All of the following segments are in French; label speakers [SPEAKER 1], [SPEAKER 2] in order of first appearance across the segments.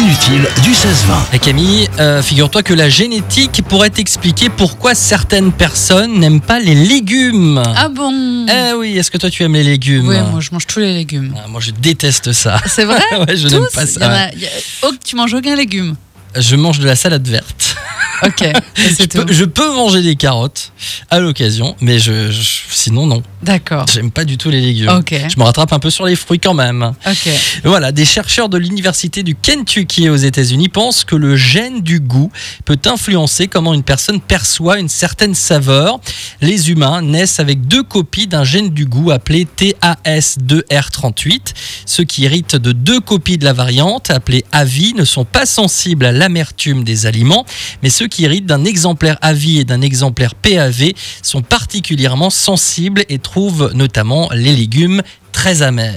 [SPEAKER 1] fil du 16-20.
[SPEAKER 2] Et Camille, euh, figure-toi que la génétique pourrait expliquer pourquoi certaines personnes n'aiment pas les légumes.
[SPEAKER 3] Ah bon
[SPEAKER 2] Eh oui, est-ce que toi tu aimes les légumes
[SPEAKER 3] Oui, moi je mange tous les légumes.
[SPEAKER 2] Ah, moi, je déteste ça.
[SPEAKER 3] C'est vrai
[SPEAKER 2] ouais, je
[SPEAKER 3] Tous
[SPEAKER 2] n'aime pas
[SPEAKER 3] Y en
[SPEAKER 2] ça.
[SPEAKER 3] a- y a- Oh, tu manges aucun légume.
[SPEAKER 2] Je mange de la salade verte.
[SPEAKER 3] Ok, et
[SPEAKER 2] Je
[SPEAKER 3] c'est tout.
[SPEAKER 2] peux, je peux manger des carottes à l'occasion, mais je, je- sinon non.
[SPEAKER 3] D'accord.
[SPEAKER 2] J'aime pas du tout les légumes.
[SPEAKER 3] Ok,
[SPEAKER 2] Je me rattrape un peu sur les fruits quand même.
[SPEAKER 3] ok.
[SPEAKER 2] Voilà, des chercheurs de l'université du Kentucky aux États-Unis pensent que le gène du goût peut influencer comment une personne perçoit une certaine saveur. Les humains naissent avec deux copies d'un gène du goût appelé TAS2R38. Ceux qui héritent de deux copies de la variante appelée AVI ne sont pas sensibles à l'amertume des aliments, mais ceux qui héritent d'un exemplaire AVI et d'un exemplaire PAV sont particulièrement sensibles et trouvent notamment les légumes très amers.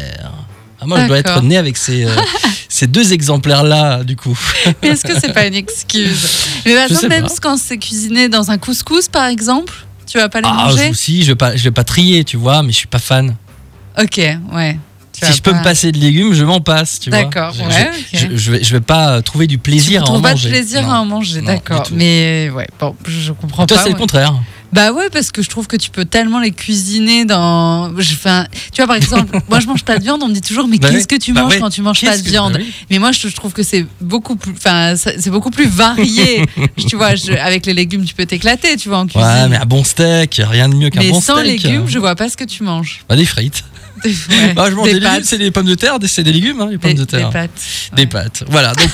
[SPEAKER 2] Ah, moi, je dois être
[SPEAKER 3] D'accord.
[SPEAKER 2] né avec ces, euh, ces deux exemplaires-là, du coup.
[SPEAKER 3] Mais Est-ce que c'est pas une excuse Mais
[SPEAKER 2] Je sais
[SPEAKER 3] attends, même
[SPEAKER 2] pas.
[SPEAKER 3] quand c'est cuisiné dans un couscous, par exemple, tu vas pas les
[SPEAKER 2] Ah,
[SPEAKER 3] manger
[SPEAKER 2] aussi, je vais pas, je vais pas trier, tu vois, mais je suis pas fan.
[SPEAKER 3] Ok, ouais. Tu
[SPEAKER 2] si
[SPEAKER 3] vas
[SPEAKER 2] je peux
[SPEAKER 3] pas-
[SPEAKER 2] me passer de légumes, je m'en passe, tu vois.
[SPEAKER 3] D'accord,
[SPEAKER 2] Je-
[SPEAKER 3] ouais,
[SPEAKER 2] Je,
[SPEAKER 3] ok.
[SPEAKER 2] je, je vais, je vais pas euh, trouver du
[SPEAKER 3] Tu
[SPEAKER 2] plaisir à en
[SPEAKER 3] trouves pas
[SPEAKER 2] manger.
[SPEAKER 3] de plaisir
[SPEAKER 2] Non.
[SPEAKER 3] à en manger,
[SPEAKER 2] Non, du
[SPEAKER 3] d'accord.
[SPEAKER 2] tout.
[SPEAKER 3] Mais ouais, bon, je comprends
[SPEAKER 2] Toi,
[SPEAKER 3] pas.
[SPEAKER 2] c'est le
[SPEAKER 3] ouais.
[SPEAKER 2] contraire.
[SPEAKER 3] Bah ouais, parce que je trouve que tu peux tellement les cuisiner dans. je- Enfin, tu vois, par exemple, moi je mange pas de viande, on me dit toujours, mais
[SPEAKER 2] Bah
[SPEAKER 3] qu'est-ce
[SPEAKER 2] oui,
[SPEAKER 3] que tu
[SPEAKER 2] bah
[SPEAKER 3] manges
[SPEAKER 2] oui,
[SPEAKER 3] quand tu manges pas
[SPEAKER 2] Qu'est-ce
[SPEAKER 3] de
[SPEAKER 2] que-
[SPEAKER 3] viande
[SPEAKER 2] bah oui.
[SPEAKER 3] Mais moi je je trouve que c'est beaucoup plus. Enfin, ça- c'est beaucoup plus varié. Je- tu vois, je- avec les légumes, tu peux t'éclater, tu vois, en cuisine.
[SPEAKER 2] Ouais, mais un bon steak, rien de mieux qu'un
[SPEAKER 3] Mais
[SPEAKER 2] bon
[SPEAKER 3] sans
[SPEAKER 2] steak.
[SPEAKER 3] légumes, je vois pas ce que tu manges.
[SPEAKER 2] Bah, des frites.
[SPEAKER 3] Ouais.
[SPEAKER 2] Bah, je mange
[SPEAKER 3] Des
[SPEAKER 2] des, légumes,
[SPEAKER 3] pâtes.
[SPEAKER 2] c'est des pommes de terre, des- c'est des légumes, hein, les pommes
[SPEAKER 3] Des,
[SPEAKER 2] de
[SPEAKER 3] des
[SPEAKER 2] terre.
[SPEAKER 3] pâtes.
[SPEAKER 2] Des
[SPEAKER 3] ouais.
[SPEAKER 2] pâtes. Voilà. Donc,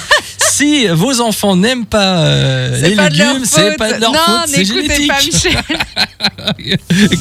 [SPEAKER 2] si vos enfants n'aiment pas euh,
[SPEAKER 3] C'est
[SPEAKER 2] les
[SPEAKER 3] pas de leur
[SPEAKER 2] légumes, c'est
[SPEAKER 3] faute.
[SPEAKER 2] pas de leur
[SPEAKER 3] non,
[SPEAKER 2] faute, c'est
[SPEAKER 3] n'écoutez
[SPEAKER 2] génétique.
[SPEAKER 3] pas Michel.
[SPEAKER 2] Écoute,